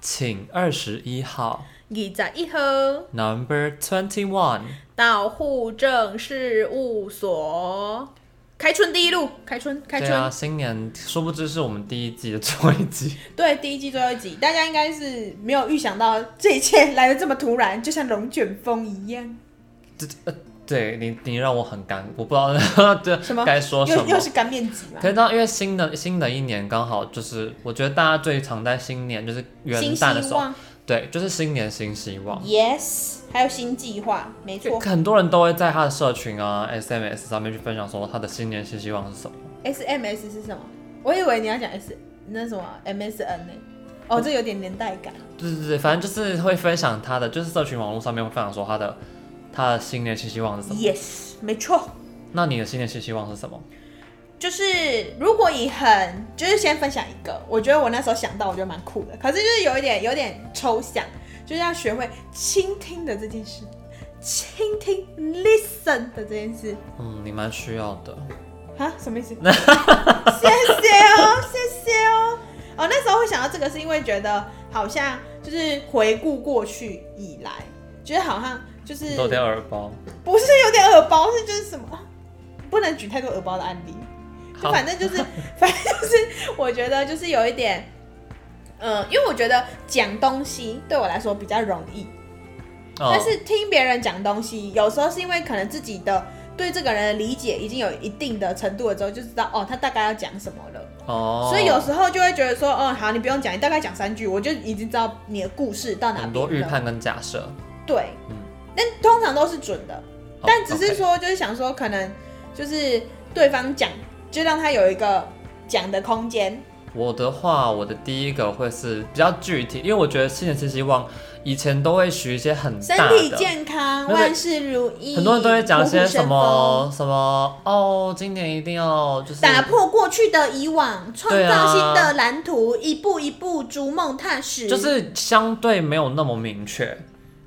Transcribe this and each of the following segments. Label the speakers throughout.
Speaker 1: 请二十一号
Speaker 2: 二十一号
Speaker 1: （Number Twenty One）
Speaker 2: 到户政事务所。开春第一路，开春，开
Speaker 1: 对
Speaker 2: 春，
Speaker 1: 啊，新年殊不知是我们第一季的最后一集，
Speaker 2: 对，啊第一季最后一集，大家应该是没有预想到这一切来的这么突然，就像龙卷风一样。
Speaker 1: 对你，你让我很尴，我不知道 这
Speaker 2: 什么
Speaker 1: 该说什
Speaker 2: 又
Speaker 1: 么
Speaker 2: 又。是擀面集嘛
Speaker 1: 可，是到因为新的新的一年刚好就是，我觉得大家最常在新年就是元
Speaker 2: 新希
Speaker 1: 旦的时候，
Speaker 2: 望
Speaker 1: 对，就是新年新希望。
Speaker 2: ，yes，还有新计划，没错
Speaker 1: 很多人都会在他的社群啊、SMS 上面去分享说他的新年新希望是什么。
Speaker 2: ，SMS 是什么？我以为你要讲 S 那什么 MSN 呢、哦，这有点年代感。
Speaker 1: 对对对，反正就是会分享他的，就是社群网络上面会分享说他的他的新年新希望是什么。
Speaker 2: Yes，没错，
Speaker 1: 那你的新年新希望是什么？
Speaker 2: 就是如果以很，就是先分享一个，我觉得我那时候想到，我觉得蛮酷的，可是就是有一点有点抽象，就是要学会倾听的这件事，倾听 listen 的这件事
Speaker 1: 嗯，你蛮需要的。
Speaker 2: 啊，什么意思？谢谢哦，谢谢哦。哦，那时候会想到这个，是因为觉得好像就是回顾过去以来，觉得好像就是
Speaker 1: 漏掉耳包。
Speaker 2: 不是有点耳包，是就是什么，不能举太多耳包的案例。就
Speaker 1: 好，哦
Speaker 2: 反正就是， 反正就是，我觉得就是有一点，嗯、因为我觉得讲东西对我来说比较容易，
Speaker 1: 哦
Speaker 2: 但是听别人讲东西，有时候是因为可能自己的对这个人的理解已经有一定的程度了之后，就知道哦，他大概要讲什么了。
Speaker 1: 哦，
Speaker 2: 所以有时候就会觉得说，哦，好，你不用讲，你大概讲三句，我就已经知道你的故事到哪
Speaker 1: 很
Speaker 2: 边
Speaker 1: 多预
Speaker 2: 了。
Speaker 1: 判跟假设。
Speaker 2: 对
Speaker 1: 嗯，
Speaker 2: 但通常都是准的。
Speaker 1: 哦
Speaker 2: 但只是
Speaker 1: OK
Speaker 2: 说，就是想说，可能就是对方讲，就让他有一个讲的空间。
Speaker 1: 我的话，我的第一个会是比较具体，因为我觉得新年新希望以前都会许一些很
Speaker 2: 身
Speaker 1: 大的，
Speaker 2: 体健康，
Speaker 1: 没有
Speaker 2: 万事如意。
Speaker 1: 很多人都会讲一些什
Speaker 2: 虎虎生
Speaker 1: 么什么哦，今年一定要就是
Speaker 2: 风打破过去的以往，创
Speaker 1: 对啊
Speaker 2: 造新的蓝图，一步一步逐梦踏实。
Speaker 1: 就是相对没有那么明确。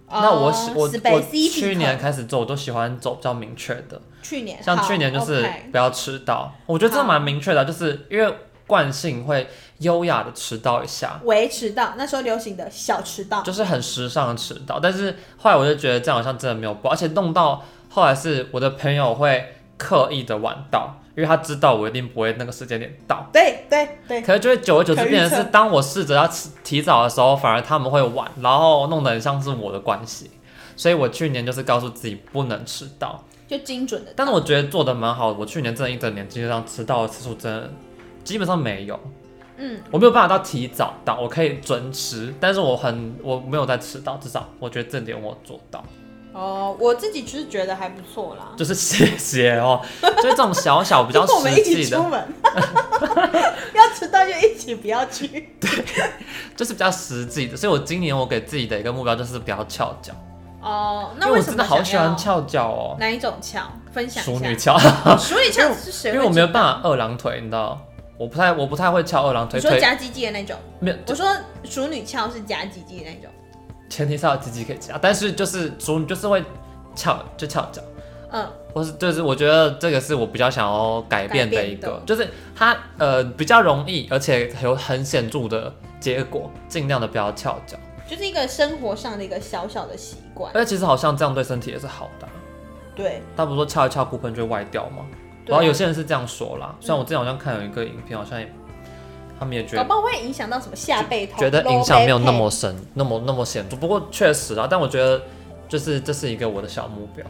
Speaker 2: 哦
Speaker 1: 那我喜我我
Speaker 2: specific
Speaker 1: 去年开始做，我都喜欢走比较明确的，
Speaker 2: 去年
Speaker 1: 像
Speaker 2: 好
Speaker 1: 去年就是
Speaker 2: OK
Speaker 1: 不要迟到，我觉得这
Speaker 2: 好
Speaker 1: 蛮明确的，啊就是因为惯性会优雅的迟到一下，
Speaker 2: 维持到那时候流行的小迟到，
Speaker 1: 就是很时尚的迟到。但是后来我就觉得这样好像真的没有报，而且弄到后来是我的朋友会刻意的晚到，因为他知道我一定不会那个时间点到。
Speaker 2: 对对对，
Speaker 1: 可是就会久而久之
Speaker 2: 可预
Speaker 1: 变成是，
Speaker 2: 测
Speaker 1: 当我试着要提提早的时候，反而他们会晚，然后弄得很像是我的关系。所以我去年就是告诉自己不能迟到，
Speaker 2: 就精准的。
Speaker 1: 但是我觉得做的蛮好的。我去年真的一整年基本上迟到的次数真的基本上没有，
Speaker 2: 嗯，
Speaker 1: 我没有办法到提早到，我可以准时，但是我很我没有在迟到，至少我觉得这点我做到，
Speaker 2: 哦，我自己就是觉得还不错啦。
Speaker 1: 就是谢谢哦。就是这种小小比较
Speaker 2: 如 果我们
Speaker 1: 实
Speaker 2: 一起
Speaker 1: 际
Speaker 2: 出
Speaker 1: 的，
Speaker 2: 门， 要迟到就一起不要去。
Speaker 1: 就是比较实际的。所以我今年我给自己的一个目标就是比较翘脚。
Speaker 2: 哦，
Speaker 1: 因
Speaker 2: 那
Speaker 1: 为我
Speaker 2: 什
Speaker 1: 真的
Speaker 2: 么
Speaker 1: 好喜欢
Speaker 2: 想要
Speaker 1: 翘脚哦，
Speaker 2: 哪一种翘？分享一
Speaker 1: 熟
Speaker 2: 下
Speaker 1: 女。翘，
Speaker 2: 熟女翘是谁
Speaker 1: 因为
Speaker 2: 会翘？
Speaker 1: 我没有办法二郎腿，你知道，我不太我不太会翘二郎
Speaker 2: 你
Speaker 1: 腿，
Speaker 2: 说
Speaker 1: 腿
Speaker 2: 夹鸡鸡的那种，
Speaker 1: 没有，
Speaker 2: 我说熟女翘是夹鸡鸡的那种。
Speaker 1: 前提是要有鸡鸡可以夹，但是就是熟女就是会翘就翘脚，
Speaker 2: 嗯，
Speaker 1: 或是就是我觉得这个是我比较想要改变的一
Speaker 2: 改
Speaker 1: 个
Speaker 2: 变，
Speaker 1: 就是它呃比较容易，而且有很显著的结果，尽量的不要翘脚，
Speaker 2: 就是一个生活上的一个小小的习惯。
Speaker 1: 而且其实好像这样对身体也是好的啊，
Speaker 2: 对，
Speaker 1: 他不是说翘一翘骨盆就会歪掉吗？
Speaker 2: 对
Speaker 1: 然
Speaker 2: 啊嗯
Speaker 1: 后有些人是这样说啦，虽然我之前好像看有一个影片，好像也他们也觉
Speaker 2: 搞
Speaker 1: 得
Speaker 2: 不好会影响到什么下背痛，
Speaker 1: 觉得
Speaker 2: low
Speaker 1: 影响没有那
Speaker 2: back
Speaker 1: 么深、那么那么显著。不过确实啊，但我觉得就是这是一个我的小目标，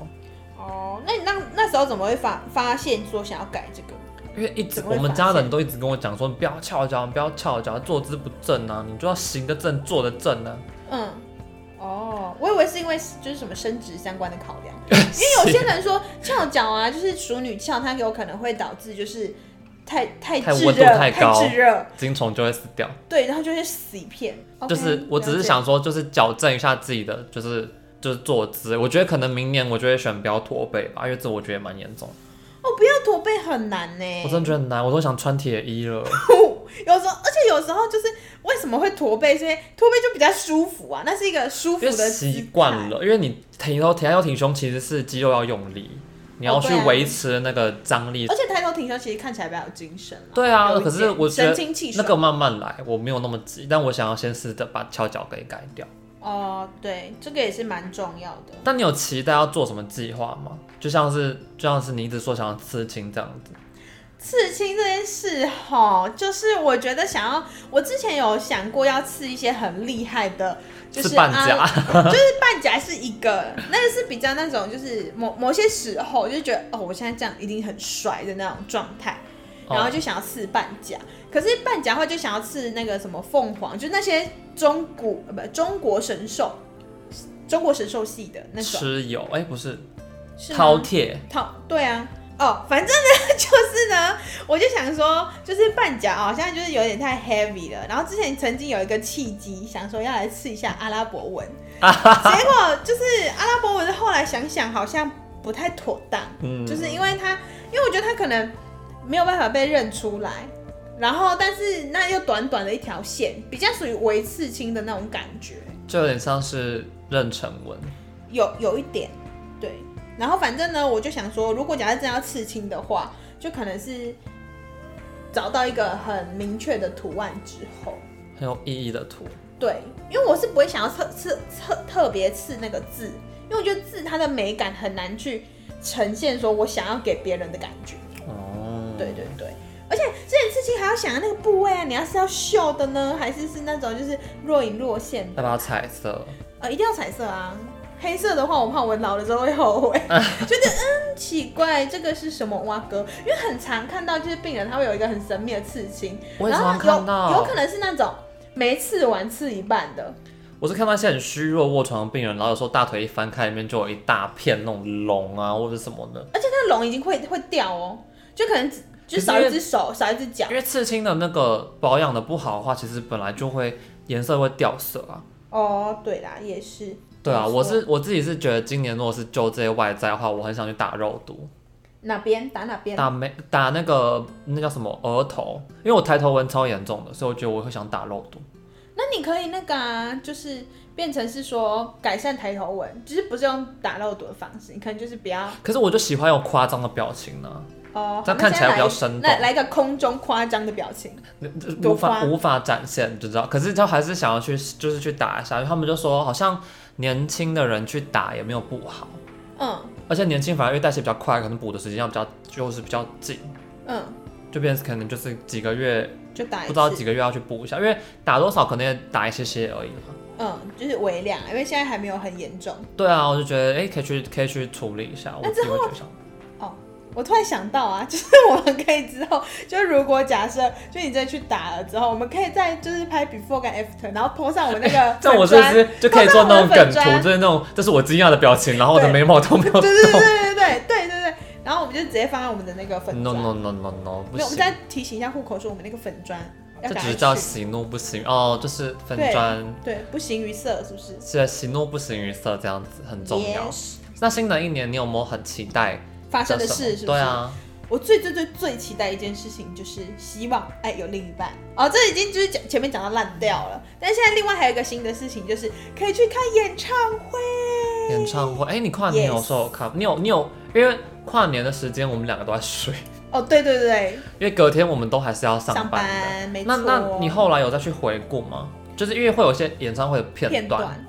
Speaker 2: 哦，那你那那时候怎么会发发现说想要改这个？
Speaker 1: 因为一直
Speaker 2: 怎么
Speaker 1: 我
Speaker 2: 会
Speaker 1: 们
Speaker 2: 发
Speaker 1: 家
Speaker 2: 现
Speaker 1: 人都一直跟我讲说，你不要翘脚，你不要翘脚，坐姿不正啊，你就要行得正，坐得正啊。
Speaker 2: 嗯，哦，我以为是因为就是什么生殖相关的考 量，因为有些人说翘脚啊，就是熟女翘，它有可能会导致就是太太
Speaker 1: 太
Speaker 2: 炙
Speaker 1: 温度
Speaker 2: 热、
Speaker 1: 太
Speaker 2: 太
Speaker 1: 高
Speaker 2: 炙热，
Speaker 1: 精虫就会死掉。
Speaker 2: 对，然后就会死一片。
Speaker 1: 就是我只是想说，就是矫正一下自己的，就是。就是坐姿，我觉得可能明年我就会选不要驼背吧，因为这我觉得蛮严重的。
Speaker 2: 我、哦、不要驼背很难呢、
Speaker 1: 我真的觉得很难，我都想穿铁衣了。
Speaker 2: 有时候，而且有时候就是为什么会驼背？是因为驼背就比较舒服啊，那是一个舒服
Speaker 1: 因为
Speaker 2: 的
Speaker 1: 习惯
Speaker 2: 了。
Speaker 1: 了，因为你挺头、挺腰、挺胸其实是肌肉要用力，你要去
Speaker 2: 对啊
Speaker 1: 维持那个张力。
Speaker 2: 而且抬头挺胸其实看起来比较有精神啦
Speaker 1: 对啊
Speaker 2: 有一
Speaker 1: 可是
Speaker 2: 点
Speaker 1: 我觉得
Speaker 2: 神清气
Speaker 1: 那
Speaker 2: 爽。
Speaker 1: 个慢慢来，我没有那么急，但我想要先试着把翘脚给改掉。
Speaker 2: 哦，对，这个也是蛮重要的。
Speaker 1: 但你有期待要做什么计划吗？就像是就像是你一直说想要刺青这样子，
Speaker 2: 刺青这件事，哈，就是我觉得想要，我之前有想过要刺一些很厉害的，就是
Speaker 1: 是半甲，
Speaker 2: 啊就是半甲是一个，那个是比较那种，就是某某些时候就觉得哦，我现在这样一定很帅的那种状态，然 后
Speaker 1: 哦
Speaker 2: 就想要刺半甲。可是半甲的话就想要刺那个什么凤凰，就是那些中古呃不中国神兽，中国神兽系的那种，
Speaker 1: 蚩尤哎不是
Speaker 2: 是吗
Speaker 1: 饕餮
Speaker 2: 套对啊，哦，反正呢 就是呢，我就想说，就是半甲哦，现在就是有点太 heavy 了。然后之前曾经有一个契机，想说要来试一下阿拉伯文，结果就是阿拉伯文后来想想好像不太妥当，
Speaker 1: 嗯
Speaker 2: 就是因为他，因为我觉得他可能没有办法被认出来。然后，但是那又短短的一条线，比较属于微刺青的那种感觉。
Speaker 1: 就有点像是妊娠纹，
Speaker 2: 有有一点，对。然后反正呢，我就想说，如果假设真的要刺青的话，就可能是找到一个很明确的图案之后，
Speaker 1: 很有意义的图。
Speaker 2: 对，因为我是不会想要刺刺刺特别刺那个字，因为我觉得字它的美感很难去呈现，说我想要给别人的感觉。
Speaker 1: 哦，
Speaker 2: 对对对。而且之前刺青还要想那个部位啊，你要是要秀的呢，还是是那种就是若隐若现的？
Speaker 1: 要把它彩色，
Speaker 2: 呃，一定要彩色啊。黑色的话，我怕我老了之后会后 悔，觉得嗯奇怪，这个是什么蛙哥？因为很常看到就是病人他会有一个很神秘的刺青，
Speaker 1: 我也
Speaker 2: 然
Speaker 1: 常
Speaker 2: 后
Speaker 1: 常看到
Speaker 2: 有有可能是那种没刺完刺一半的，
Speaker 1: 我是看到一些很虚弱卧床的病人，然后有时候大腿一翻开，里面就有一大片那种龙啊或者什么的。
Speaker 2: 而且那龙已经会会掉哦，就可能只就少一只手，少一只脚
Speaker 1: 因为刺青的那个保养的不好的话，其实本来就会颜色会掉色啊。
Speaker 2: 哦。对啦，也是。
Speaker 1: 对啊，
Speaker 2: 没错
Speaker 1: 我是我自己是觉得今年如果是就这些外在的话，我很想去打肉毒，
Speaker 2: 哪边打哪边，
Speaker 1: 打眉打那个那叫什么额头，因为我抬头纹超严重的，所以我觉得我会想打肉毒。
Speaker 2: 那你可以那个啊，就是变成是说改善抬头纹，就是不是用打肉毒的方式，你可能就是比较
Speaker 1: 可是我就喜欢用夸张的表情呢、
Speaker 2: 哦，
Speaker 1: 这样
Speaker 2: 好那
Speaker 1: 看起
Speaker 2: 现
Speaker 1: 来
Speaker 2: 在
Speaker 1: 比较生动
Speaker 2: 来来一个空中夸张的表情，
Speaker 1: 无
Speaker 2: 多
Speaker 1: 法
Speaker 2: 花
Speaker 1: 无法展现，你知道？可是他还是想要去，就是去打一下。因为他们就说，好像年轻的人去打也没有不好，
Speaker 2: 嗯
Speaker 1: 而且年轻反而因为代谢比较快，可能补的时间要比较就是比较紧，
Speaker 2: 嗯，
Speaker 1: 就变成可能就是几个月，
Speaker 2: 就打
Speaker 1: 不
Speaker 2: 一
Speaker 1: 知道
Speaker 2: 次，
Speaker 1: 几个月要去补一下，因为打多少可能也打一些些而已嘛。
Speaker 2: 嗯，就是微量，因为现在还没有很严重。
Speaker 1: 对啊，我就觉得哎、诶可以去可以去处理一下，我
Speaker 2: 那
Speaker 1: 自己会觉得想
Speaker 2: 我突然想到啊， 就是我们可以之后，就是如果假设，就你真的去打了之后，我们可以再就是拍 before 跟 after，然后 po 上我们那 个
Speaker 1: 这样我是不
Speaker 2: 粉砖
Speaker 1: 是就可以做那种梗图
Speaker 2: 粉砖，
Speaker 1: 就是那种这是我惊讶的表情，然后我的
Speaker 2: 对
Speaker 1: 眉毛都没有
Speaker 2: 对对
Speaker 1: 动。
Speaker 2: 对对对对对对 对，然后我们就直接放在我们的那个粉
Speaker 1: No
Speaker 2: 砖。
Speaker 1: no no no no，不
Speaker 2: 没有，我们
Speaker 1: 行。
Speaker 2: 再提醒一下户口说，我们那个粉砖要
Speaker 1: 这
Speaker 2: 打
Speaker 1: 只叫喜怒不形哦，就是分砖，
Speaker 2: 对，不形于色，是不是？
Speaker 1: 是喜怒不形于色，这样子很重要。
Speaker 2: Yes，
Speaker 1: 那新的一年你有没有很期待
Speaker 2: 发生
Speaker 1: 的
Speaker 2: 的
Speaker 1: 什么
Speaker 2: 事，是不是？
Speaker 1: 对啊，
Speaker 2: 我最最最最期待一件事情就是希望哎有另一半哦，这已经就是讲前面讲到烂掉了，但现在另外还有一个新的事情就是可以去看演唱会。
Speaker 1: 演唱会。哎、你跨年
Speaker 2: Yes
Speaker 1: 有时候有看，你有你有，因为跨年的时间我们两个都在睡，
Speaker 2: 哦，对对对
Speaker 1: 因为隔天我们都还是要
Speaker 2: 对，
Speaker 1: 上
Speaker 2: 上
Speaker 1: 班的。
Speaker 2: 没错。
Speaker 1: 那那你后来有再去回顾吗？就是因为会有一些演唱会的片
Speaker 2: 片
Speaker 1: 段，
Speaker 2: 段，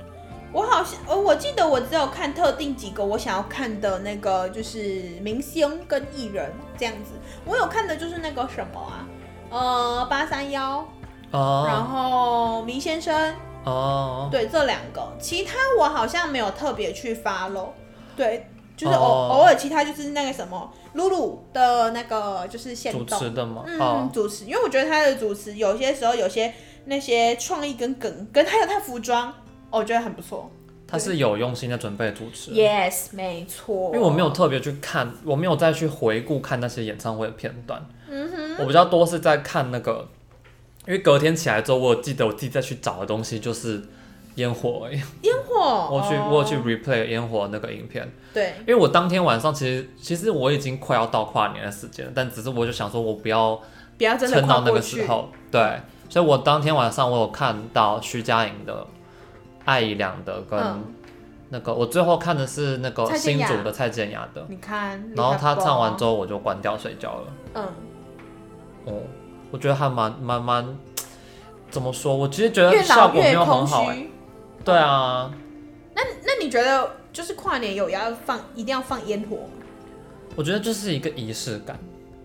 Speaker 2: 我好像哦，我记得我只有看特定几个我想要看的那个，就是明星跟艺人这样子。我有看的就是那个什么啊，呃，八三幺，然
Speaker 1: 哦
Speaker 2: 后明先生，
Speaker 1: 哦，
Speaker 2: 对，这两个，其他我好像没有特别去 follow。对，就是偶、
Speaker 1: 哦
Speaker 2: 偶尔，其他就是那个什么露露的那个就是线
Speaker 1: 主
Speaker 2: 动，
Speaker 1: 持的嘛，
Speaker 2: 嗯
Speaker 1: 哦，，
Speaker 2: 主持，因为我觉得他的主持有些时候有些那些创意跟梗，跟还有他服装，哦我觉得很不错。
Speaker 1: 他是有用心在准备主持。
Speaker 2: Yes，没错
Speaker 1: 因为我没有，特别去看，我没有再去回顾看那些演唱会的片段，
Speaker 2: 嗯哼，
Speaker 1: 我比较多是在看那个，因为隔天起来之后，我有记得我自己再去找的东西就是烟火而已，
Speaker 2: 烟火，
Speaker 1: 我去
Speaker 2: 哦
Speaker 1: 我有去 replay 烟火那个影片，
Speaker 2: 对，
Speaker 1: 因为我当天晚上其实其实我已经快要到跨年的时间了，但只是我就想说我不要
Speaker 2: 不要真的
Speaker 1: 撑
Speaker 2: 跨
Speaker 1: 到那
Speaker 2: 过
Speaker 1: 个
Speaker 2: 去
Speaker 1: 时，候，对，所以我当天晚上我有看到徐佳莹的、艾怡良的跟
Speaker 2: 嗯
Speaker 1: 那个我最后看的是那个
Speaker 2: 蔡健
Speaker 1: 新
Speaker 2: 雅
Speaker 1: 竹的蔡健雅的，
Speaker 2: 你看，
Speaker 1: 然后他唱完之
Speaker 2: 后，
Speaker 1: 后我就关掉睡觉了。
Speaker 2: 啊嗯，
Speaker 1: 哦，我觉得还蛮蛮蛮，怎么说？我其实觉得
Speaker 2: 越
Speaker 1: 效
Speaker 2: 老
Speaker 1: 果没
Speaker 2: 越
Speaker 1: 有很
Speaker 2: 空
Speaker 1: 好、欸。
Speaker 2: 虚。
Speaker 1: 对啊，
Speaker 2: 那你觉得就是跨年有要放，一定要放烟火吗？
Speaker 1: 我觉得就是一个仪式感。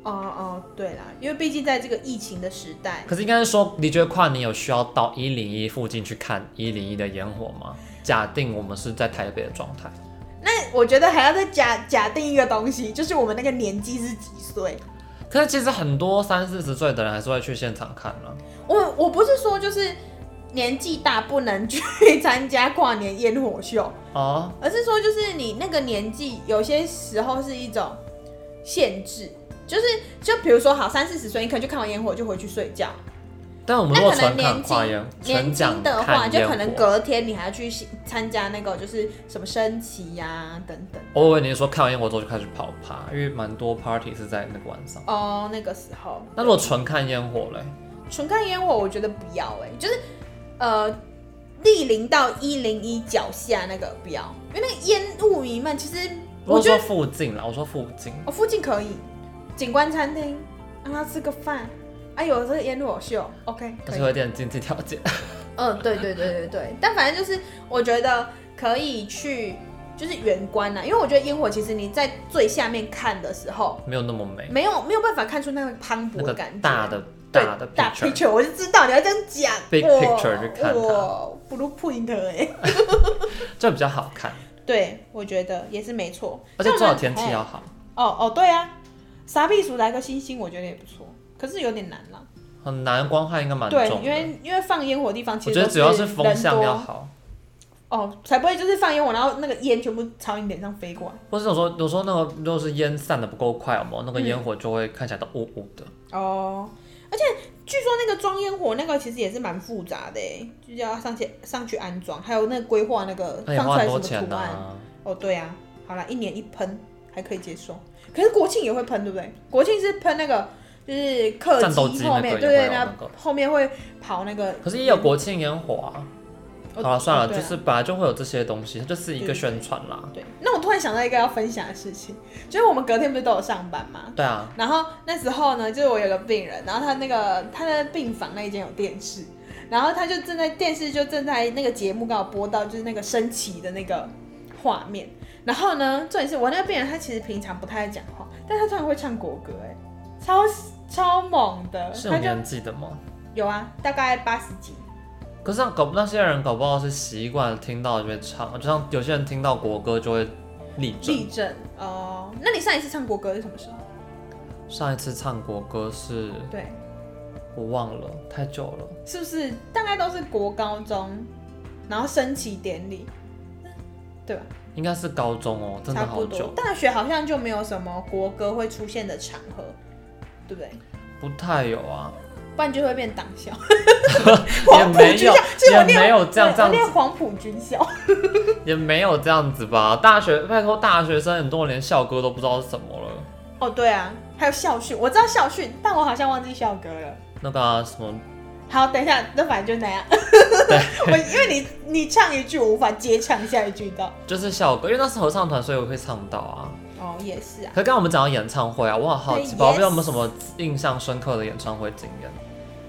Speaker 2: 哦哦，对啦，因为毕竟在这个疫情的时代，
Speaker 1: 可是应该是说，你觉得跨年有需要到一零一附近去看一零一的烟火吗？假定我们是在台北的状态，
Speaker 2: 那我觉得还要再假假定一个东西，就是我们那个年纪是几岁。
Speaker 1: 可是其实很多三四十岁的人还是会去现场看了、
Speaker 2: 我我不是说就是年纪大不能去参加跨年烟火秀，
Speaker 1: 哦，
Speaker 2: 而是说就是你那个年纪有些时候是一种限制，就是就比如说好三四十岁，你可能就看完烟火就回去睡觉，
Speaker 1: 但我们
Speaker 2: 那
Speaker 1: 如果
Speaker 2: 可能
Speaker 1: 纯
Speaker 2: 年
Speaker 1: 看
Speaker 2: 纪
Speaker 1: 跨烟，
Speaker 2: 年
Speaker 1: 纯
Speaker 2: 轻
Speaker 1: 讲
Speaker 2: 的话
Speaker 1: 看
Speaker 2: 就
Speaker 1: 烟
Speaker 2: 可能
Speaker 1: 火。
Speaker 2: 隔天你还要去参加那个就是什么升旗呀、等等。
Speaker 1: 我以为你是说看完烟火之后就开始跑趴，因为蛮多 party 是在那个晚上。
Speaker 2: 哦，那个时候。
Speaker 1: 那如果纯看烟火嘞？
Speaker 2: 纯看烟火，我觉得不要哎、就是呃，莅临到一零一脚下那个不要，因为那个烟雾弥漫，其实
Speaker 1: 我
Speaker 2: 我
Speaker 1: 是说
Speaker 2: 觉得
Speaker 1: 附近啦，我说附近。
Speaker 2: 我、附近可以，景观餐厅让他吃个饭，啊有这个烟火秀，OK
Speaker 1: 但
Speaker 2: 可
Speaker 1: 是有
Speaker 2: 以，
Speaker 1: 点经济条件，
Speaker 2: 嗯对对对对对，但反正就是我觉得可以去就是远观啊呐、因为我觉得烟火其实你在最下面看的时候，
Speaker 1: 没有那么美，
Speaker 2: 没有没有办法看出那个磅
Speaker 1: 那
Speaker 2: 礴
Speaker 1: 个
Speaker 2: 的感觉，
Speaker 1: 大的
Speaker 2: 对
Speaker 1: 大的
Speaker 2: 大
Speaker 1: picture，
Speaker 2: 我就知道你要这样讲。
Speaker 1: Big
Speaker 2: 哇
Speaker 1: picture 去看它
Speaker 2: 哇，blueprint 哎、
Speaker 1: 这比较好看，
Speaker 2: 对，我觉得也是没错。
Speaker 1: 而且最好
Speaker 2: 像
Speaker 1: 天气啊
Speaker 2: 哎
Speaker 1: 要好。
Speaker 2: 哦哦，对啊，傻避暑来个星星，我觉得也不错，可是有点难啦。
Speaker 1: 很难，光害应该蛮
Speaker 2: 对，
Speaker 1: 重
Speaker 2: 因
Speaker 1: 的。
Speaker 2: 为因为放烟火的地方其
Speaker 1: 我觉
Speaker 2: 实
Speaker 1: 得
Speaker 2: 都
Speaker 1: 主要
Speaker 2: 是
Speaker 1: 是风向要
Speaker 2: 人多
Speaker 1: 好，
Speaker 2: 哦，才不会就是放烟火，然后那个烟全部朝你脸上飞过来。
Speaker 1: 或是有时候有时候那个如果是烟散的不够快，有没有
Speaker 2: 嗯
Speaker 1: 那个烟火就会看起来都雾雾的。
Speaker 2: 哦，而且据说那个装烟火那个其实也是蛮复杂的欸，就是要上去上去安装，还有那个规划那个
Speaker 1: 那也
Speaker 2: 呃放
Speaker 1: 花
Speaker 2: 出来
Speaker 1: 很
Speaker 2: 什
Speaker 1: 多
Speaker 2: 么图
Speaker 1: 钱
Speaker 2: 案。
Speaker 1: 啊。
Speaker 2: 哦，对啊，好啦，一年一喷还可以接受，可是国庆也会喷，对不对？国庆是喷那个就是客
Speaker 1: 战斗机那
Speaker 2: 后
Speaker 1: 个
Speaker 2: 面，
Speaker 1: 也
Speaker 2: 对
Speaker 1: 会
Speaker 2: 对，
Speaker 1: 有
Speaker 2: 那
Speaker 1: 那个
Speaker 2: 后面会跑那个。
Speaker 1: 可是也有国庆烟火啊。
Speaker 2: 哦
Speaker 1: 好了，算
Speaker 2: 哦
Speaker 1: 了，
Speaker 2: 对
Speaker 1: 就
Speaker 2: 啊
Speaker 1: 是本来就会有这些东西，它就是一个宣传啦。
Speaker 2: 对，那我突然想到一个要分享的事情，就是我们隔天不是都有上班嘛，
Speaker 1: 对啊，
Speaker 2: 然后那时候呢，就是我有个病人，然后他那个他的病房那一间有电视，然后他就正在电视就正在那个节目刚好播到就是那个升旗的那个画面，然后呢，重点是我那个病人他其实平常不太爱讲话，但他突然会唱国歌、哎，超超猛的，
Speaker 1: 是有
Speaker 2: 他就
Speaker 1: 年纪的吗？
Speaker 2: 有啊，大概八十几，
Speaker 1: 可是那搞那些人搞不好是习惯听到就会唱，就像有些人听到国歌就会立正。
Speaker 2: 立正哦。那你上一次唱国歌是什么时候？
Speaker 1: 上一次唱国歌是
Speaker 2: 对，
Speaker 1: 我忘了，太久了。
Speaker 2: 是不是大概都是国高中，然后升旗典礼，对吧？
Speaker 1: 应该是高中哦，真
Speaker 2: 差
Speaker 1: 的
Speaker 2: 不
Speaker 1: 好
Speaker 2: 多，
Speaker 1: 久，
Speaker 2: 大学好像就没有什么国歌会出现的场合，对不对？
Speaker 1: 不太有 啊，
Speaker 2: 不然就会变党校。
Speaker 1: 也
Speaker 2: 黄埔
Speaker 1: 没
Speaker 2: 军
Speaker 1: 有
Speaker 2: 校，其实我
Speaker 1: 也
Speaker 2: 念
Speaker 1: 没有这样
Speaker 2: 对
Speaker 1: 这
Speaker 2: 我
Speaker 1: 样
Speaker 2: 念
Speaker 1: 子，
Speaker 2: 黄埔军校。
Speaker 1: 也没有这样子吧。大学拜托，大学生很多人连校歌都不知道是什么了。
Speaker 2: 哦，对啊，还有校训，我知道校训，但我好像忘记校歌了。
Speaker 1: 那个啊、什么，
Speaker 2: 好，等一下，那反正就那样。 我因为你你唱一句，我无法接唱下一句的。
Speaker 1: 就是校歌，因为那是合唱团，所以我会唱到啊。
Speaker 2: 哦，也是啊。
Speaker 1: 可刚刚我们讲到演唱会啊，我很好奇，
Speaker 2: 对
Speaker 1: 宝贝
Speaker 2: 哦 yes
Speaker 1: 有没有什么印象深刻的演唱会经验？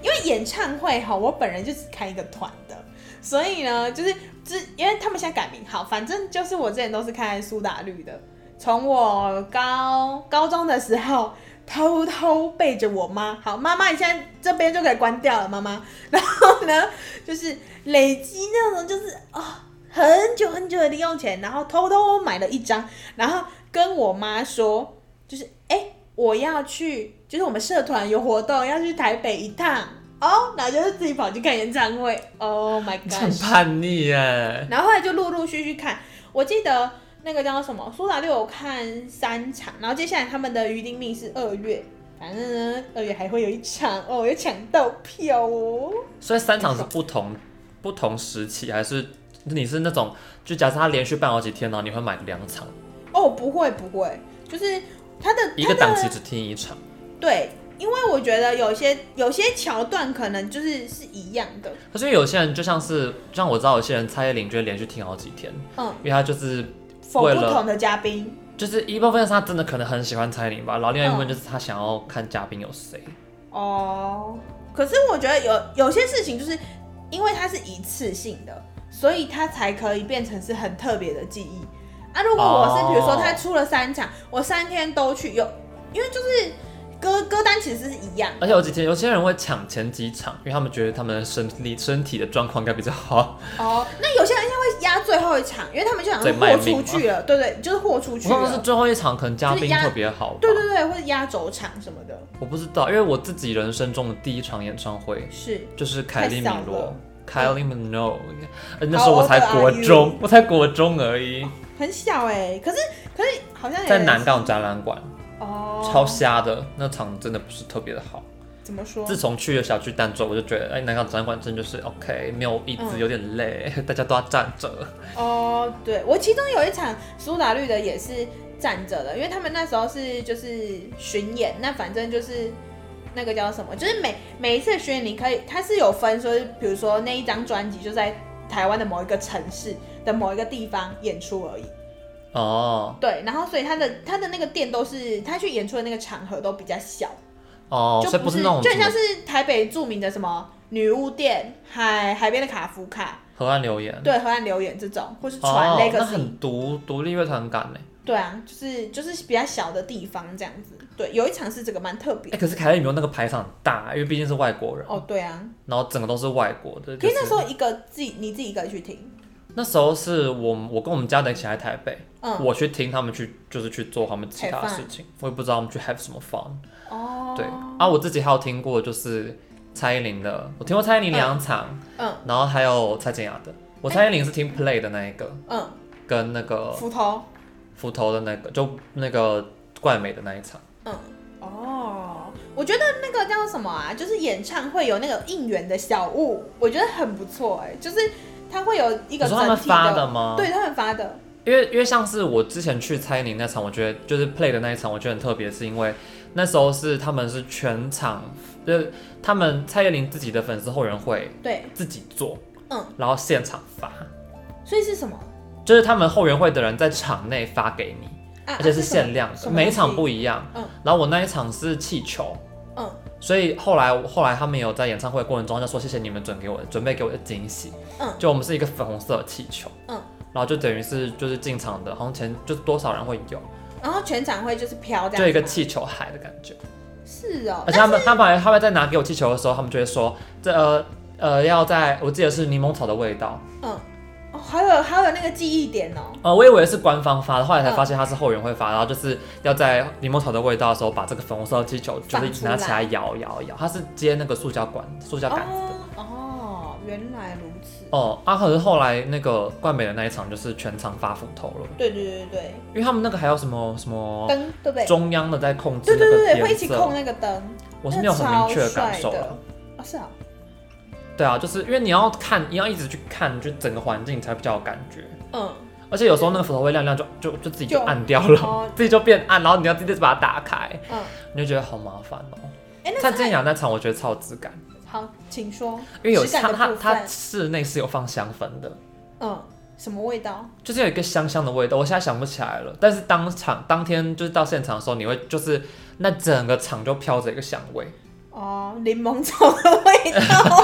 Speaker 2: 因为演唱会哈，我本人就只看一个团的，所以呢，就是之因为他们现在改名，好，反正就是我之前都是看苏打绿的，从我高高中的时候。偷偷背着我妈，好，妈妈，你现在这边就可以关掉了，妈妈。 然后呢，就是累积那种，就是啊、很久很久的零用钱，然后偷偷买了一张，然后啊跟我妈说，就是哎、诶我要去，就是我们社团有活动，要去台北一趟哦，然后就是自己跑去看演唱会，Oh my
Speaker 1: 你很
Speaker 2: god！
Speaker 1: 叛逆耶！
Speaker 2: 然后后来就陆陆续续看，我记得那个叫什么苏打绿，我看三场，然后接下来他们的预定命是二月，反正呢二月还会有一场哦，有抢到票哦。
Speaker 1: 所以三场是不同不同时期，还是你是那种就假设他连续办好几天呢、你会买两场，
Speaker 2: 哦，不会不会，就是他的
Speaker 1: 一个
Speaker 2: 他
Speaker 1: 档
Speaker 2: 的
Speaker 1: 期只听一场，
Speaker 2: 对，因为我觉得有些有些桥段可能就是是一样的，
Speaker 1: 可是有些人就像是，像我知道有些人蔡依林就会连续听好几天，
Speaker 2: 嗯，
Speaker 1: 因为他就是
Speaker 2: 否
Speaker 1: 为
Speaker 2: 不
Speaker 1: 了
Speaker 2: 同的嘉宾，
Speaker 1: 就是一部分是他真的可能很喜欢蔡依林吧，然后另外一部分就是他想要看嘉宾有谁。
Speaker 2: 嗯哦，可是我觉得有有些事情就是因为它是一次性的，所以它才可以变成是很特别的记忆。啊，如果我是
Speaker 1: 哦
Speaker 2: 比如说他出了三场，我三天都去，有因为就是歌歌单其实是一样，
Speaker 1: 而且有几天有些人会抢前几场，因为他们觉得他们的身体身体的状况应该比较好。
Speaker 2: 哦，那有些人他会压最后一场，因为他们就想说
Speaker 1: 最卖
Speaker 2: 豁
Speaker 1: 命
Speaker 2: 出去了，对对，就是豁出
Speaker 1: 我
Speaker 2: 去
Speaker 1: 通常是
Speaker 2: 了，
Speaker 1: 最后一场可能嘉
Speaker 2: 就是
Speaker 1: 宾
Speaker 2: 压
Speaker 1: 特别好吧。
Speaker 2: 对对对，或者压轴场什么的，
Speaker 1: 我不知道，因为我自己人生中的第一场演唱会
Speaker 2: 是
Speaker 1: 就是凯莉米
Speaker 2: 太小
Speaker 1: 罗
Speaker 2: 了。
Speaker 1: 凯莉米诺，呃那时候我才
Speaker 2: How old
Speaker 1: 国
Speaker 2: are you？
Speaker 1: 中，我才国中而已，
Speaker 2: 很小哎、可是可是好像有
Speaker 1: 在
Speaker 2: 点
Speaker 1: 南港展览馆，
Speaker 2: 哦，
Speaker 1: 超瞎的，那场真的不是特别的好。
Speaker 2: 怎么说？
Speaker 1: 自从去了小巨蛋之后，我就觉得，哎，南港展馆真就是 OK，没有椅子
Speaker 2: 嗯
Speaker 1: 有点累， 大家都要站着。
Speaker 2: 哦，对，我其中有一场苏打绿的也是站着的，因为他们那时候是就是巡演，那反正就是那个叫什么，就是每每一次巡演你可以，它是有分说，比如说那一张专辑就在台湾的某一个城市的某一个地方演出而已。
Speaker 1: 哦
Speaker 2: 对，然后所以他的他的那个店都是他去演出的那个场合都比较小，
Speaker 1: 哦，
Speaker 2: 就
Speaker 1: 所以不
Speaker 2: 是
Speaker 1: 是那种
Speaker 2: 就
Speaker 1: 什
Speaker 2: 很像
Speaker 1: 么
Speaker 2: 是台北著名的什么女巫店、海海边的卡夫卡、
Speaker 1: 河岸留言，
Speaker 2: 对河岸留言这种，或是船
Speaker 1: 嗯哦，那
Speaker 2: Legacy，、
Speaker 1: 很独独立乐团感欸呢。
Speaker 2: 对啊，就是就是比较小的地方这样子。对，有一场是这个蛮特别
Speaker 1: 哎，可是凯利米诺那个排场很大，因为毕竟是外国人，
Speaker 2: 哦，对啊，
Speaker 1: 然后整个都是外国的。
Speaker 2: 可
Speaker 1: 就是
Speaker 2: 是那时候一个自己你自己一个人去听，
Speaker 1: 那时候是我我跟我们家人一起来台北，
Speaker 2: 嗯，
Speaker 1: 我去听他们去就是去做他们其他的
Speaker 2: Have fun
Speaker 1: 事情，我也不知道他们去 have 什么 fun。
Speaker 2: 哦，
Speaker 1: 对啊，我自己还有听过就是蔡依林的，我听过蔡依林两场，
Speaker 2: 嗯哎
Speaker 1: 然后还有蔡健雅的。我蔡依林是听 Play 的那一个，
Speaker 2: 嗯，
Speaker 1: 跟那个
Speaker 2: 斧头，
Speaker 1: 斧头的那个，就那个怪美的那一场。
Speaker 2: 嗯，哦，我觉得那个叫什么啊，就是演唱会有那个应援的小物，我觉得很不错哎、就是它会有一
Speaker 1: 你
Speaker 2: 个
Speaker 1: 说他们
Speaker 2: 整体
Speaker 1: 发的吗？
Speaker 2: 对他们发的，
Speaker 1: 因为因为像是我之前去蔡依林那场，我觉得就是 play 的那一场，我觉得很特别，是因为那时候是他们是全场，就是他们蔡依林自己的粉丝后援会
Speaker 2: 对，
Speaker 1: 自己做，
Speaker 2: 嗯，
Speaker 1: 然后现场发，
Speaker 2: 所以是什么？
Speaker 1: 就是他们后援会的人在场内发给你，
Speaker 2: 啊，
Speaker 1: 而且
Speaker 2: 啊
Speaker 1: 是
Speaker 2: 什么
Speaker 1: 限量
Speaker 2: 什
Speaker 1: 的，
Speaker 2: 么
Speaker 1: 每一
Speaker 2: 东西
Speaker 1: 场不一样。
Speaker 2: 嗯
Speaker 1: 然后我那一场是气球，
Speaker 2: 嗯，
Speaker 1: 所以后来后来他们有在演唱会过程中就说谢谢你们准给我准备给我的惊喜，
Speaker 2: 嗯
Speaker 1: 就我们是一个粉红色的气球，
Speaker 2: 嗯，
Speaker 1: 然后就等于是就是进场的，好像前就是多少人会有，
Speaker 2: 然后全场会就是飘这样，
Speaker 1: 就一个，气球海的感觉，
Speaker 2: 是哦，
Speaker 1: 而且他们他们还他们在拿给我气球的时候，他们就会说这呃呃要在我记得是柠檬草的味道，
Speaker 2: 嗯，哦，还有还有那个记忆点哦，
Speaker 1: 呃我以为是官方发的，后来
Speaker 2: 嗯
Speaker 1: 才发现它是后援会发，然后就是要在柠檬草的味道的时候把这个粉红色的气球就
Speaker 2: 放
Speaker 1: 是
Speaker 2: 出来
Speaker 1: 拿起来摇摇摇，它是接那个塑胶管塑胶杆子的。
Speaker 2: 哦哦，原来如此，
Speaker 1: 哦，啊，可是后来那个冠美的那一场就是全场发斧头了，
Speaker 2: 对对对对
Speaker 1: 因为他们那个还有什么什
Speaker 2: 对，
Speaker 1: 么
Speaker 2: 灯对不对？
Speaker 1: 中央的在控制
Speaker 2: 对
Speaker 1: 那
Speaker 2: 对对
Speaker 1: 个
Speaker 2: 对，会一
Speaker 1: 颜
Speaker 2: 起
Speaker 1: 色
Speaker 2: 控，那个灯，
Speaker 1: 我是没有很明确的感受了
Speaker 2: 那超帅的。哦，是啊，
Speaker 1: 对啊，就是因为你要看，你要一直去看，就整个环境才比较有感觉。
Speaker 2: 嗯，
Speaker 1: 而且有时候那个斧头会亮亮就，就就自己就
Speaker 2: 就
Speaker 1: 暗掉了，
Speaker 2: 哦，
Speaker 1: 自己就变暗，然后你要自己把它打开，
Speaker 2: 嗯，
Speaker 1: 你就觉得好麻烦哦。
Speaker 2: 哎，那
Speaker 1: 蔡健雅那场我觉得超有质感，
Speaker 2: 好，请说，
Speaker 1: 因为有
Speaker 2: 质感
Speaker 1: 它
Speaker 2: 的
Speaker 1: 它
Speaker 2: 部
Speaker 1: 它
Speaker 2: 分
Speaker 1: 室内是有放香氛的，
Speaker 2: 嗯，什么味道？
Speaker 1: 就是有一个香香的味道，我现在想不起来了。但是当场当天就是到现场的时候，你会就是那整个场就飘着一个香味，
Speaker 2: 哦，柠檬草的味道，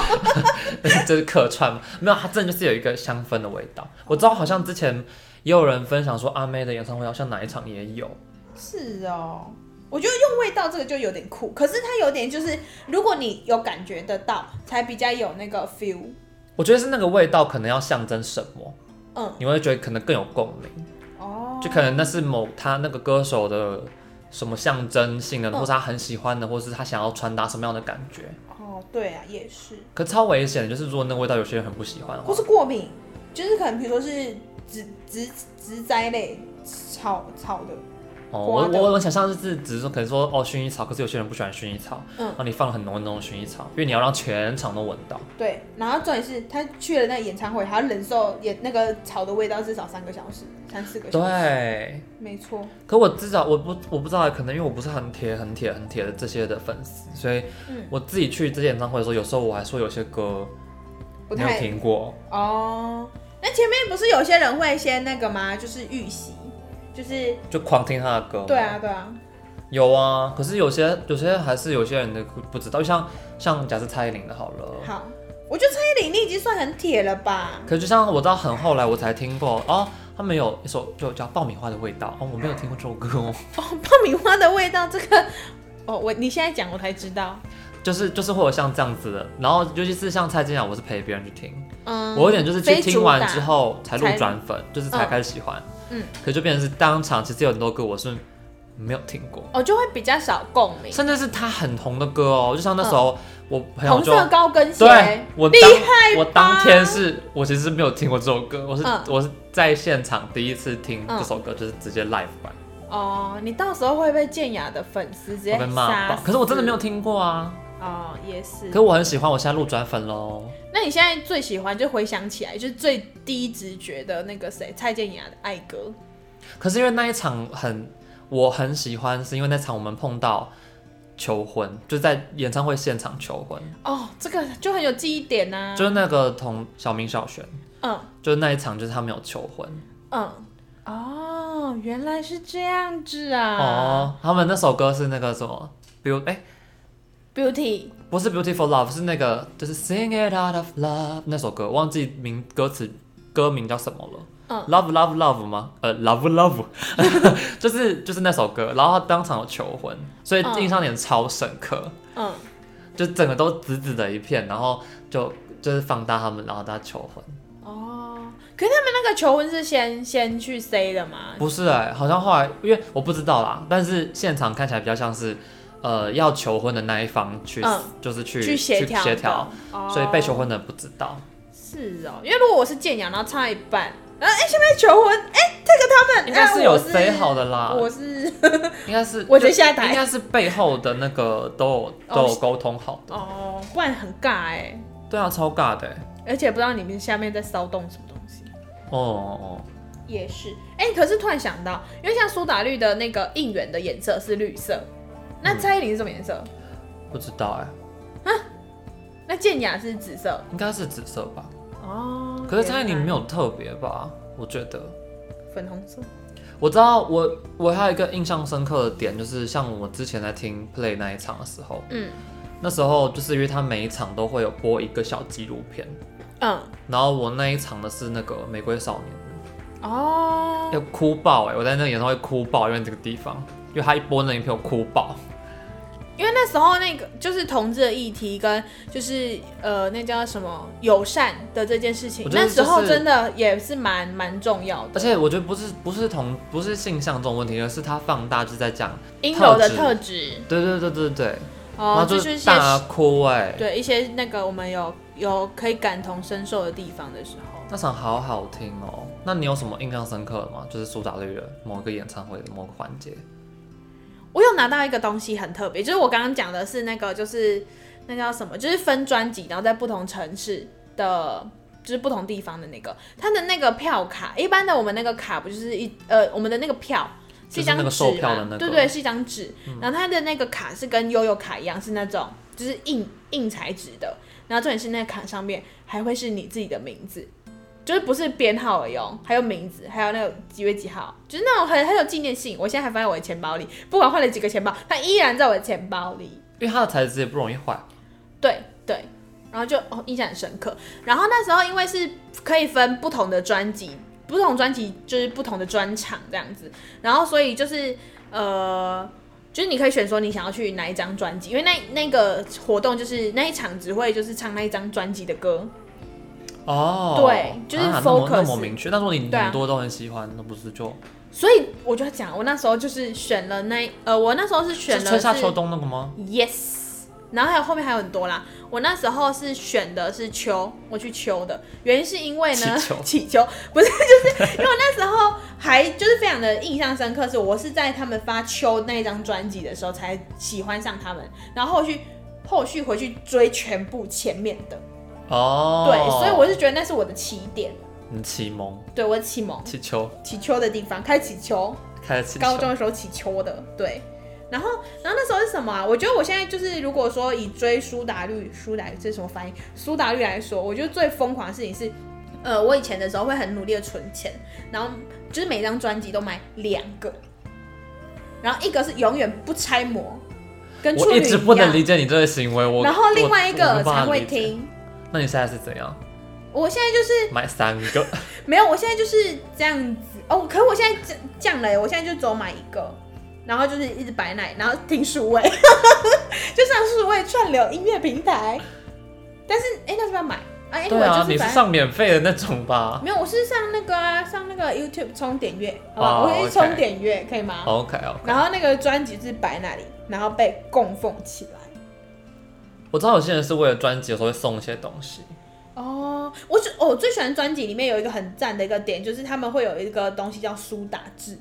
Speaker 1: 这是客串吗？没有，它真的就是有一个香氛的味道。我知道好像之前也有人分享说阿妹的演唱会好像哪一场也有，
Speaker 2: 是哦。我觉得用味道这个就有点酷，可是它有点就是，如果你有感觉得到，才比较有那个 feel。
Speaker 1: 我觉得是那个味道可能要象征什么，
Speaker 2: 嗯，
Speaker 1: 你会觉得可能更有共鸣，
Speaker 2: 哦，
Speaker 1: 就可能那是某他那个歌手的。什么象征性的，
Speaker 2: 嗯
Speaker 1: 或是他很喜欢的，或是他想要传达什么样的感觉？
Speaker 2: 哦，对啊，也是，
Speaker 1: 可超危险的，就是如果那个味道有些人很不喜欢的话
Speaker 2: 或，是过敏，就是可能比如说是植植植栽类草草的，
Speaker 1: 哦，
Speaker 2: 刮
Speaker 1: 我
Speaker 2: 的
Speaker 1: 我我想象就是只是说可能说哦薰衣草，可是有些人不喜欢薰衣草，
Speaker 2: 嗯
Speaker 1: 然后你放了很浓很浓的薰衣草，因为你要让全场都闻到。
Speaker 2: 对，然后重点是他去了那个演唱会，还要忍受演那个草的味道至少三个小时，三四个小时。，
Speaker 1: 对，
Speaker 2: 没错。
Speaker 1: 可我至少我不我不知道，可能因为我不是很铁很铁很铁的这些的粉丝，所以
Speaker 2: 嗯
Speaker 1: 我自己去这些演唱会的时候，有时候我还说有些歌
Speaker 2: 不
Speaker 1: 没有
Speaker 2: 太
Speaker 1: 听过，
Speaker 2: 哦。那前面不是有些人会先那个吗？就是预习，就是
Speaker 1: 就狂听他的歌。
Speaker 2: 对啊，对啊，
Speaker 1: 有啊，可是有些有些还是有些人的不知道，像像假设蔡依林的好了，
Speaker 2: 好，我觉得蔡依林你已经算很铁了 吧？
Speaker 1: 可就像我到很后来我才听过哦，他们有一首就叫《爆米花的味道》哦，我没有听过这首歌哦，
Speaker 2: 哦，爆米花的味道，这个哦，我你现在讲我才知道，
Speaker 1: 就是就是会有像这样子的，然后尤其是像蔡健雅，我是陪别人去听，
Speaker 2: 嗯，
Speaker 1: 我有点就是去
Speaker 2: 非
Speaker 1: 听
Speaker 2: 主
Speaker 1: 完
Speaker 2: 打
Speaker 1: 之，后才路
Speaker 2: 才
Speaker 1: 转粉，就是才
Speaker 2: 嗯
Speaker 1: 开始喜欢，
Speaker 2: 嗯，
Speaker 1: 可就变成是当场其实有很多歌我是没有听过，
Speaker 2: 哦，就会比较少共鸣。
Speaker 1: 甚至是他很红的歌哦，就像那时候我朋友
Speaker 2: 嗯红
Speaker 1: 就
Speaker 2: 色高跟鞋，
Speaker 1: 对，我
Speaker 2: 厉
Speaker 1: 当我当天是我其实是没有听过这首歌，我是、
Speaker 2: 嗯
Speaker 1: 我是在现场第一次听
Speaker 2: 嗯
Speaker 1: 这首歌，就是直接 live 版，
Speaker 2: 哦，你到时候会被健雅的粉丝直接
Speaker 1: 我被骂
Speaker 2: 杀
Speaker 1: 爆。
Speaker 2: 死。
Speaker 1: 可是我真的没有听过啊，
Speaker 2: 哦，也是
Speaker 1: 可。是我很喜欢，我现在路转粉喽。
Speaker 2: 那你现在最喜欢就回想起来，就是最低直觉的那个谁，蔡健雅的爱歌。
Speaker 1: 可是因为那一场很我很喜欢，是因为那场我们碰到求婚，就在演唱会现场求婚，
Speaker 2: 哦，这个就很有记忆点呐、
Speaker 1: 就是那个同小明小璇，
Speaker 2: 嗯
Speaker 1: 就是那一场就是他们有求婚、
Speaker 2: 嗯，哦，原来是这样子啊。
Speaker 1: 哦，他们那首歌是那个什么 Beauty 哎、
Speaker 2: ，Beauty，
Speaker 1: 不是 Beautiful Love，是那个就是 Sing It Out of Love 那首歌，忘记名歌词歌名叫什么了。
Speaker 2: 嗯
Speaker 1: Love Love Love 吗？呃，Love Love，就是就是那首歌，然后他当场有求婚，所以
Speaker 2: 嗯
Speaker 1: 印象点超深刻，
Speaker 2: 嗯，
Speaker 1: 就整个都紫紫的一片，然后就就是放大他们，然后大家求婚。
Speaker 2: 哦，可是他们那个求婚是先先去 say 的吗？
Speaker 1: 不是哎、好像后来因为我不知道啦，但是现场看起来比较像是呃要求婚的那一方去、
Speaker 2: 嗯
Speaker 1: 就是去
Speaker 2: 去协调的
Speaker 1: 协调，，
Speaker 2: 哦
Speaker 1: 所以被求婚的不知道。
Speaker 2: 是哦，因为如果我是建阳，然后唱一半，然后哎、下面求婚，哎、这个他们
Speaker 1: 应该是
Speaker 2: 哎
Speaker 1: 有
Speaker 2: 我是
Speaker 1: 谁好的啦，
Speaker 2: 我是
Speaker 1: 应该是
Speaker 2: 我直接下台
Speaker 1: 应该是背后的那个都有
Speaker 2: 哦
Speaker 1: 都有沟通好的。
Speaker 2: 哦，不然很尬哎、
Speaker 1: 对啊，超尬的欸。
Speaker 2: 而且不知道你们下面在骚动什么东西。
Speaker 1: 哦哦
Speaker 2: 也是，哎、可是突然想到，因为像苏打绿的那个应援的颜色是绿色，
Speaker 1: 嗯
Speaker 2: 那蔡依林是什么颜色？
Speaker 1: 哦，不知道哎，
Speaker 2: 那健雅是紫色
Speaker 1: 应该是紫色吧？
Speaker 2: 哦。
Speaker 1: 可是蔡依林没
Speaker 2: 有
Speaker 1: 有特别吧？我觉得。
Speaker 2: 粉红色，
Speaker 1: 我知道我我还有一个印象深刻的点，就是像我之前在听 Play 那一场的时候，
Speaker 2: 嗯
Speaker 1: 那时候就是因为他每一场都会有播一个小纪录片，
Speaker 2: 嗯
Speaker 1: 然后我那一场的是那个《玫瑰少年》，
Speaker 2: 哦，
Speaker 1: 要哭爆哎、我在那个演唱会哭爆，因为这个地方，因为他一播那一片我哭爆。
Speaker 2: 因为那时候那个就是同志的议题跟就是呃那叫什么友善的这件事情
Speaker 1: 我，觉得
Speaker 2: 那时候
Speaker 1: 就是
Speaker 2: 真的也是蛮蛮重要的，
Speaker 1: 而且我觉得不是不是同不是性向这种问题，而是他放大就是在讲，
Speaker 2: 阴柔的
Speaker 1: 特质
Speaker 2: 特质
Speaker 1: 对对对对对，然
Speaker 2: 哦
Speaker 1: 后，
Speaker 2: 就
Speaker 1: 就是是
Speaker 2: 一些
Speaker 1: 大哭哎、
Speaker 2: 对一些那个我们有有可以感同身受的地方的时候。
Speaker 1: 那场好好听哦。那你有什么印象深刻的吗？就是苏打绿的某一个演唱会的某个环节，
Speaker 2: 我有拿到一个东西很特别，就是我刚刚讲的是那个，就是那叫什么，就是分专辑，然后在不同城市的，就是不同地方的那个，它的那个票卡，一般的我们那个卡不就是一呃，我们的那个票是一张
Speaker 1: 就是那个
Speaker 2: 纸
Speaker 1: 售
Speaker 2: 嘛，
Speaker 1: 票的那个嗯
Speaker 2: 对对，是一张纸，然后它的那个卡是跟悠悠卡一样，是那种就是硬硬材质的，然后重点是那个卡上面还会是你自己的名字。就是不是编号而已哦，还有名字，还有那个几月几号，就是那种很很有纪念性。我现在还放在我的钱包里，不管换了几个钱包，它依然在我的钱包里。
Speaker 1: 因为它的材质也不容易坏。
Speaker 2: 对对，然后就哦印象很深刻。然后那时候因为是可以分不同的专辑，不同专辑就是不同的专场这样子，然后所以就是呃。就是你可以选说你想要去哪一张专辑，因为那那个活动就是那一场只会就是唱那一张专辑的歌，
Speaker 1: 哦，
Speaker 2: 对就是
Speaker 1: 啊、那么
Speaker 2: focus
Speaker 1: 那么明确。但如果你
Speaker 2: 对啊
Speaker 1: 很多都很喜欢，那不是就
Speaker 2: 所以我就要讲，我那时候就是选了那呃，我那时候是选
Speaker 1: 是
Speaker 2: 了
Speaker 1: 春夏
Speaker 2: 是
Speaker 1: 秋冬那个吗？
Speaker 2: yes，然后还有后面还有很多啦。我那时候是选的是秋，我去秋的，原因是因为
Speaker 1: 祈
Speaker 2: 呢，
Speaker 1: 求
Speaker 2: 祈求不是，就是因为我那时候还就是非常的印象深刻，是我是在他们发秋那张专辑的时候才喜欢上他们，然后后续后续回去追全部前面的，
Speaker 1: 哦，
Speaker 2: 对，所以我是觉得那是我的起点，
Speaker 1: 你启蒙
Speaker 2: 对我的启蒙，
Speaker 1: 气球
Speaker 2: 起秋的地方开始起秋，
Speaker 1: 开始气球
Speaker 2: 高中的时候起秋的，对。然后，然后那时候是什么啊？我觉得我现在就是，如果说以追苏打绿、苏打绿这是什么翻译？苏打绿来说，我觉得最疯狂的事情是，呃，我以前的时候会很努力的存钱，然后就是每张专辑都买两个，然后一个是永远不拆膜，跟处
Speaker 1: 我
Speaker 2: 女
Speaker 1: 一直不能
Speaker 2: 样
Speaker 1: 理解你这个行为，我
Speaker 2: 然后另外一
Speaker 1: 我我
Speaker 2: 个
Speaker 1: 没办法
Speaker 2: 才会
Speaker 1: 理解。
Speaker 2: 听。
Speaker 1: 那你现在是怎样？
Speaker 2: 我现在就是
Speaker 1: 买三个，
Speaker 2: 没有，我现在就是这样子哦。可我现在这降了耶，我现在就只有买一个，然后就是一直摆奶，然后听数位， 就上数位串流音乐平台。但是哎、那是不是要买啊？因为
Speaker 1: 对
Speaker 2: 我
Speaker 1: 啊，
Speaker 2: 就
Speaker 1: 你
Speaker 2: 是
Speaker 1: 是
Speaker 2: 反正
Speaker 1: 上免费的那种吧
Speaker 2: 没有，我是上那个啊，上那个 YouTube 充点阅，好吧？
Speaker 1: 哦
Speaker 2: 我我是
Speaker 1: OK
Speaker 2: 充点阅，可以吗？
Speaker 1: ？OK OK，
Speaker 2: 然后那个专辑就是摆那里，然后被供奉起来。
Speaker 1: 我知道有些人是为了专辑有时候会送一些东西，
Speaker 2: 哦，我只哦我最喜欢专辑里面有一个很赞的一个点，就是他们会有一个东西叫苏打制，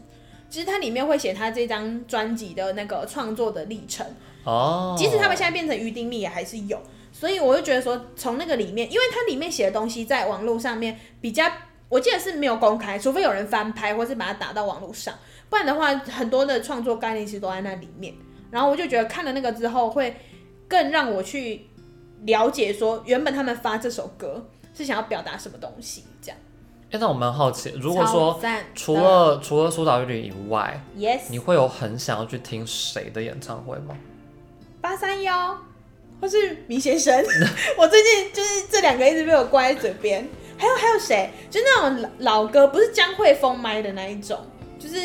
Speaker 2: 就是它里面会写他这张专辑的那个创作的历程，
Speaker 1: 哦，
Speaker 2: 即使他们现在变成鱼丁蜜也还是有，所以我就觉得说从那个里面，因为它里面写的东西在网络上面比较，我记得是没有公开，除非有人翻拍或是把它打到网络上，不然的话很多的创作概念其实都在那里面。然后我就觉得看了那个之后，会更让我去了解说原本他们发这首歌是想要表达什么东西，这样。
Speaker 1: 哎，那我蛮好奇，如果说
Speaker 2: 超赞
Speaker 1: 除了除了苏打绿以外，
Speaker 2: 的 yes
Speaker 1: 你会有很想要去听谁的演唱会吗？
Speaker 2: 八三幺，或是米先生， 我最近就是这两个一直被我挂在嘴边。还有还有谁？就那种老老歌，不是江蕙封麦的那一种，就是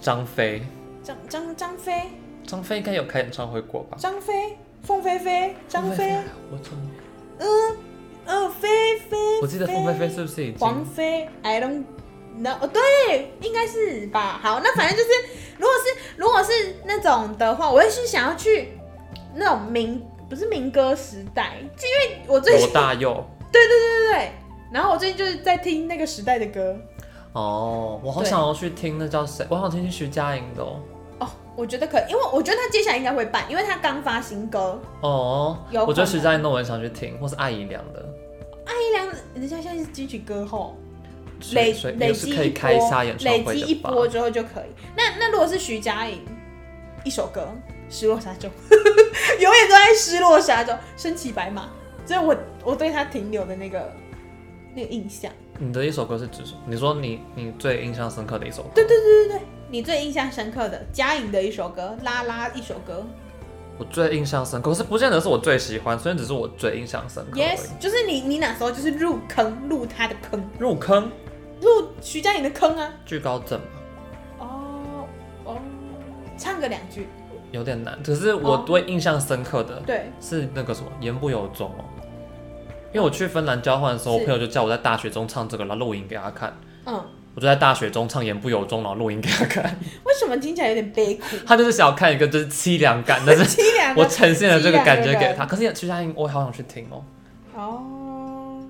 Speaker 1: 张飞，
Speaker 2: 张张张飞、
Speaker 1: 张飞应该有开演唱会过吧？
Speaker 2: 张飞、凤飞飞、张飞，，
Speaker 1: 我真的，
Speaker 2: 嗯嗯飞飞，
Speaker 1: 我记得凤飞飞是不是已
Speaker 2: 黄
Speaker 1: 经？
Speaker 2: 飞，I don't know，哦对，应该是吧。好，那反正就是，如果是如果是那种的话，我会是想要去那种民不是民歌时代，就因为我最
Speaker 1: 罗
Speaker 2: 近
Speaker 1: 大佑
Speaker 2: 对对对对对，然后我最近就是在听那个时代的歌
Speaker 1: 哦，我好
Speaker 2: 对
Speaker 1: 想要去听那叫谁，我好想听徐佳莹的哦。
Speaker 2: 哦，我觉得可以，因为我觉得他接下来应该会办，因为他刚发新歌。
Speaker 1: 哦
Speaker 2: 有
Speaker 1: 我
Speaker 2: 可
Speaker 1: 觉得
Speaker 2: 能
Speaker 1: 徐佳莹的我很想去听，或是艾怡良的。
Speaker 2: 艾怡良，人家现在是金曲歌后，累
Speaker 1: 水水
Speaker 2: 累
Speaker 1: 也是
Speaker 2: 积
Speaker 1: 可以
Speaker 2: 一
Speaker 1: 开一
Speaker 2: 波
Speaker 1: 下演，唱
Speaker 2: 累
Speaker 1: 会
Speaker 2: 积一
Speaker 1: 的吧？
Speaker 2: 波之后就可以。那那如果是徐佳莹，一首歌《失落沙洲》， 永远都在失落沙洲，身骑白马，这是我我对他停留的那个那个印象。
Speaker 1: 你的一首歌是指什么？你说你你最印象深刻的一首歌？
Speaker 2: 对对对对对，你最印象深刻的佳莹的一首歌，拉拉一首歌
Speaker 1: 我最印象深刻，可是不见得是我最喜欢，虽然只是我最印象深刻而已。
Speaker 2: ，yes，就是你你哪时候就是入坑入他的坑，
Speaker 1: 入坑
Speaker 2: 入徐佳莹的坑啊。
Speaker 1: 惧高症嘛
Speaker 2: 哦哦，唱个两句，
Speaker 1: 有点难，可是我
Speaker 2: 哦
Speaker 1: 对印象深刻的
Speaker 2: 对，
Speaker 1: 是那个什么言不由衷哦。因为我去芬兰交换的时候，我
Speaker 2: 是
Speaker 1: 朋友就叫我在大学中唱这个，然后录音给他看。
Speaker 2: 嗯，
Speaker 1: 我就在大学中唱《言不由衷》，然后录音给他看。
Speaker 2: 为什么听起来有点悲苦？
Speaker 1: 他就是想要看一个就是凄凉感，但 是
Speaker 2: 凄凉啊
Speaker 1: 我
Speaker 2: 的
Speaker 1: 呈现了这个感觉给他。可是徐佳莹，我也好想去听哦。
Speaker 2: 哦，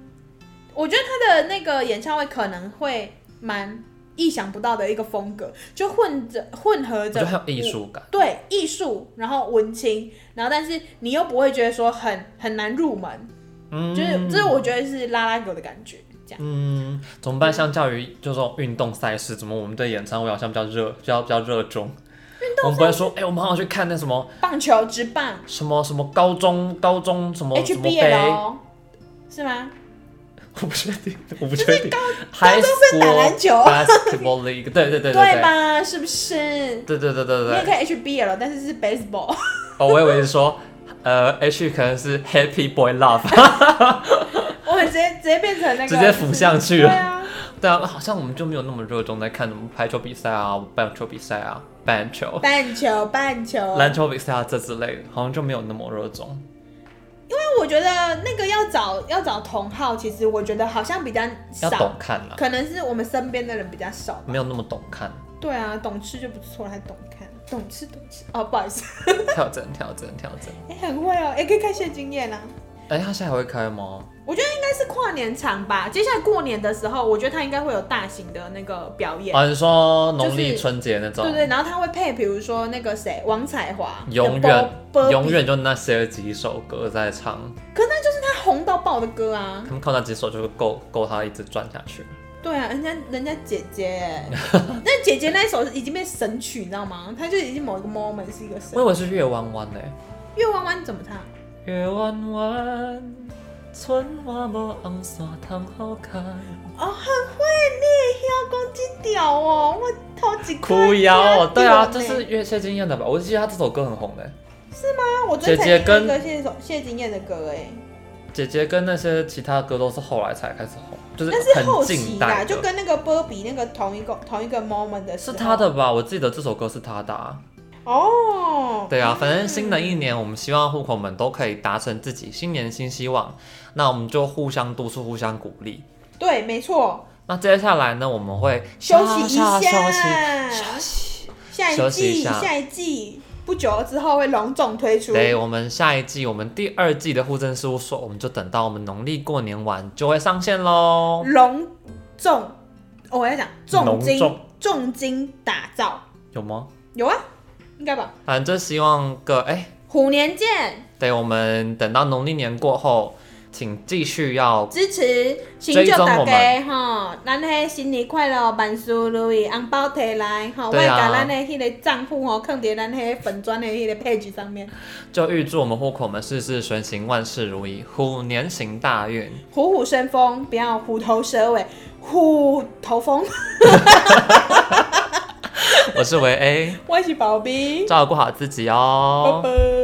Speaker 2: 我觉得他的那个演唱会可能会蛮意想不到的一个风格，就混着混合
Speaker 1: 我觉
Speaker 2: 着
Speaker 1: 得很有艺术感。
Speaker 2: 对艺术，然后文青，然后但是你又不会觉得说很很难入门，
Speaker 1: 嗯，
Speaker 2: 就是这是我觉得是拉拉狗的感觉，这样。
Speaker 1: 嗯，怎么办？相较于就这种运动赛事，怎么我们对演唱会好像比较热，比较比较热衷？我们不会说，哎、我们好想去看那什么
Speaker 2: 棒球之棒
Speaker 1: 什么什么高中高中什么什么杯，
Speaker 2: HBL 是吗？
Speaker 1: 我不确定，我不确定。高
Speaker 2: 高中生打篮球
Speaker 1: basketball league，对对对对
Speaker 2: 对
Speaker 1: 对
Speaker 2: 吧？是不是？
Speaker 1: 对对对对
Speaker 2: 你
Speaker 1: 对。
Speaker 2: 也可以 HBL，但是是 baseball。
Speaker 1: 哦，我以为是说，呃，H 可能是 Happy Boy Love，
Speaker 2: 我们直接直接变成那个，
Speaker 1: 直接浮上去了
Speaker 2: 对啊，
Speaker 1: 对啊，好像我们就没有那么热衷在看什么排球比赛啊、棒球比赛啊、棒球、
Speaker 2: 半球半球。
Speaker 1: 篮球比赛啊这之类的，好像就没有那么热衷。
Speaker 2: 因为我觉得那个要找要找同号，其实我觉得好像比较
Speaker 1: 要懂
Speaker 2: 少，
Speaker 1: 看啦，
Speaker 2: 可能是我们身边的人比较少。
Speaker 1: 没有那么懂看。
Speaker 2: 对啊，懂吃就不错，还懂看。懂吃懂吃哦，不好意思，
Speaker 1: 跳针跳针跳针。
Speaker 2: 哎、很会哦，也可以看谢金燕啦。
Speaker 1: 哎、他现在还会开吗？
Speaker 2: 我觉得应该是跨年场吧。接下来过年的时候，我觉得他应该会有大型的那个表演，
Speaker 1: 啊，你说农
Speaker 2: 就
Speaker 1: 历
Speaker 2: 是
Speaker 1: 春节那种
Speaker 2: 对，对。然后他会配，比如说那个谁，王彩华，
Speaker 1: 永
Speaker 2: 的
Speaker 1: 远
Speaker 2: 波
Speaker 1: 永。远就那些几首歌在唱，
Speaker 2: 可是那就是他红到爆的歌啊
Speaker 1: 他。们靠那几首就够够他一直转下去。
Speaker 2: 对啊，人家人家姐姐 耶，那姐姐那一首已经被神曲，你知道吗？她就已经某一个 moment 是一个神
Speaker 1: 我以。为是月弯弯嘞，
Speaker 2: 月弯弯怎么唱？
Speaker 1: 月弯弯，春花无红线通好看，
Speaker 2: 哦，很会，你也要攻击屌哦，我超级
Speaker 1: 哭腰哦，对啊，这
Speaker 2: 是
Speaker 1: 是月谢金燕的吧？我记得他这首歌很红嘞，
Speaker 2: 啊，我最
Speaker 1: 姐姐跟
Speaker 2: 那个谢首谢金燕的歌哎，
Speaker 1: 姐姐跟那些其他歌都是后来才开始红，就是啊
Speaker 2: 但是后
Speaker 1: 很
Speaker 2: 期
Speaker 1: 近
Speaker 2: 啦，
Speaker 1: 代
Speaker 2: 就
Speaker 1: 的。
Speaker 2: 跟那个波比那个同一个同一个 moment 的时
Speaker 1: 是
Speaker 2: 候
Speaker 1: 他的吧？我记得这首歌是他的、啊。
Speaker 2: 哦，
Speaker 1: 对啊，反正新的一年，我们希望户口们都可以达成自己新年新希望。那我们就互相督促，互相鼓励。
Speaker 2: 对，没错，
Speaker 1: 那接下来呢，我们会
Speaker 2: 休息一
Speaker 1: 稍稍休息
Speaker 2: 下，
Speaker 1: 休息。
Speaker 2: 下一
Speaker 1: 休息
Speaker 2: 季
Speaker 1: 一下
Speaker 2: 下一季不久之后会隆重推出，
Speaker 1: 对，我们下一季，我们第二季的户政事务所，我们就等到我们农历过年完就会上线喽。
Speaker 2: 隆重，哦我要讲重
Speaker 1: 隆
Speaker 2: 金
Speaker 1: 重
Speaker 2: 重金打造，
Speaker 1: 有吗？
Speaker 2: 有啊，应该吧，
Speaker 1: 反正希望各哎、
Speaker 2: 虎年见，
Speaker 1: 对我们等到农历年过后，请继续要
Speaker 2: 支持新
Speaker 1: 追
Speaker 2: 旧
Speaker 1: 踪
Speaker 2: 大
Speaker 1: 我
Speaker 2: 家
Speaker 1: 们
Speaker 2: 吼，咱迄新年快乐，万事如意，红包摕来吼，我会
Speaker 1: 对啊
Speaker 2: 甲咱的迄个账户吼，放伫咱迄粉砖的迄个 page 上面，
Speaker 1: 就预祝我们户口们事事顺心，万事如意，虎年行大运。
Speaker 2: 虎虎生风，不要虎头蛇尾，虎头风，
Speaker 1: 我是维 A，
Speaker 2: 我是宝贝，
Speaker 1: 照顾好自己哦。
Speaker 2: 拜拜。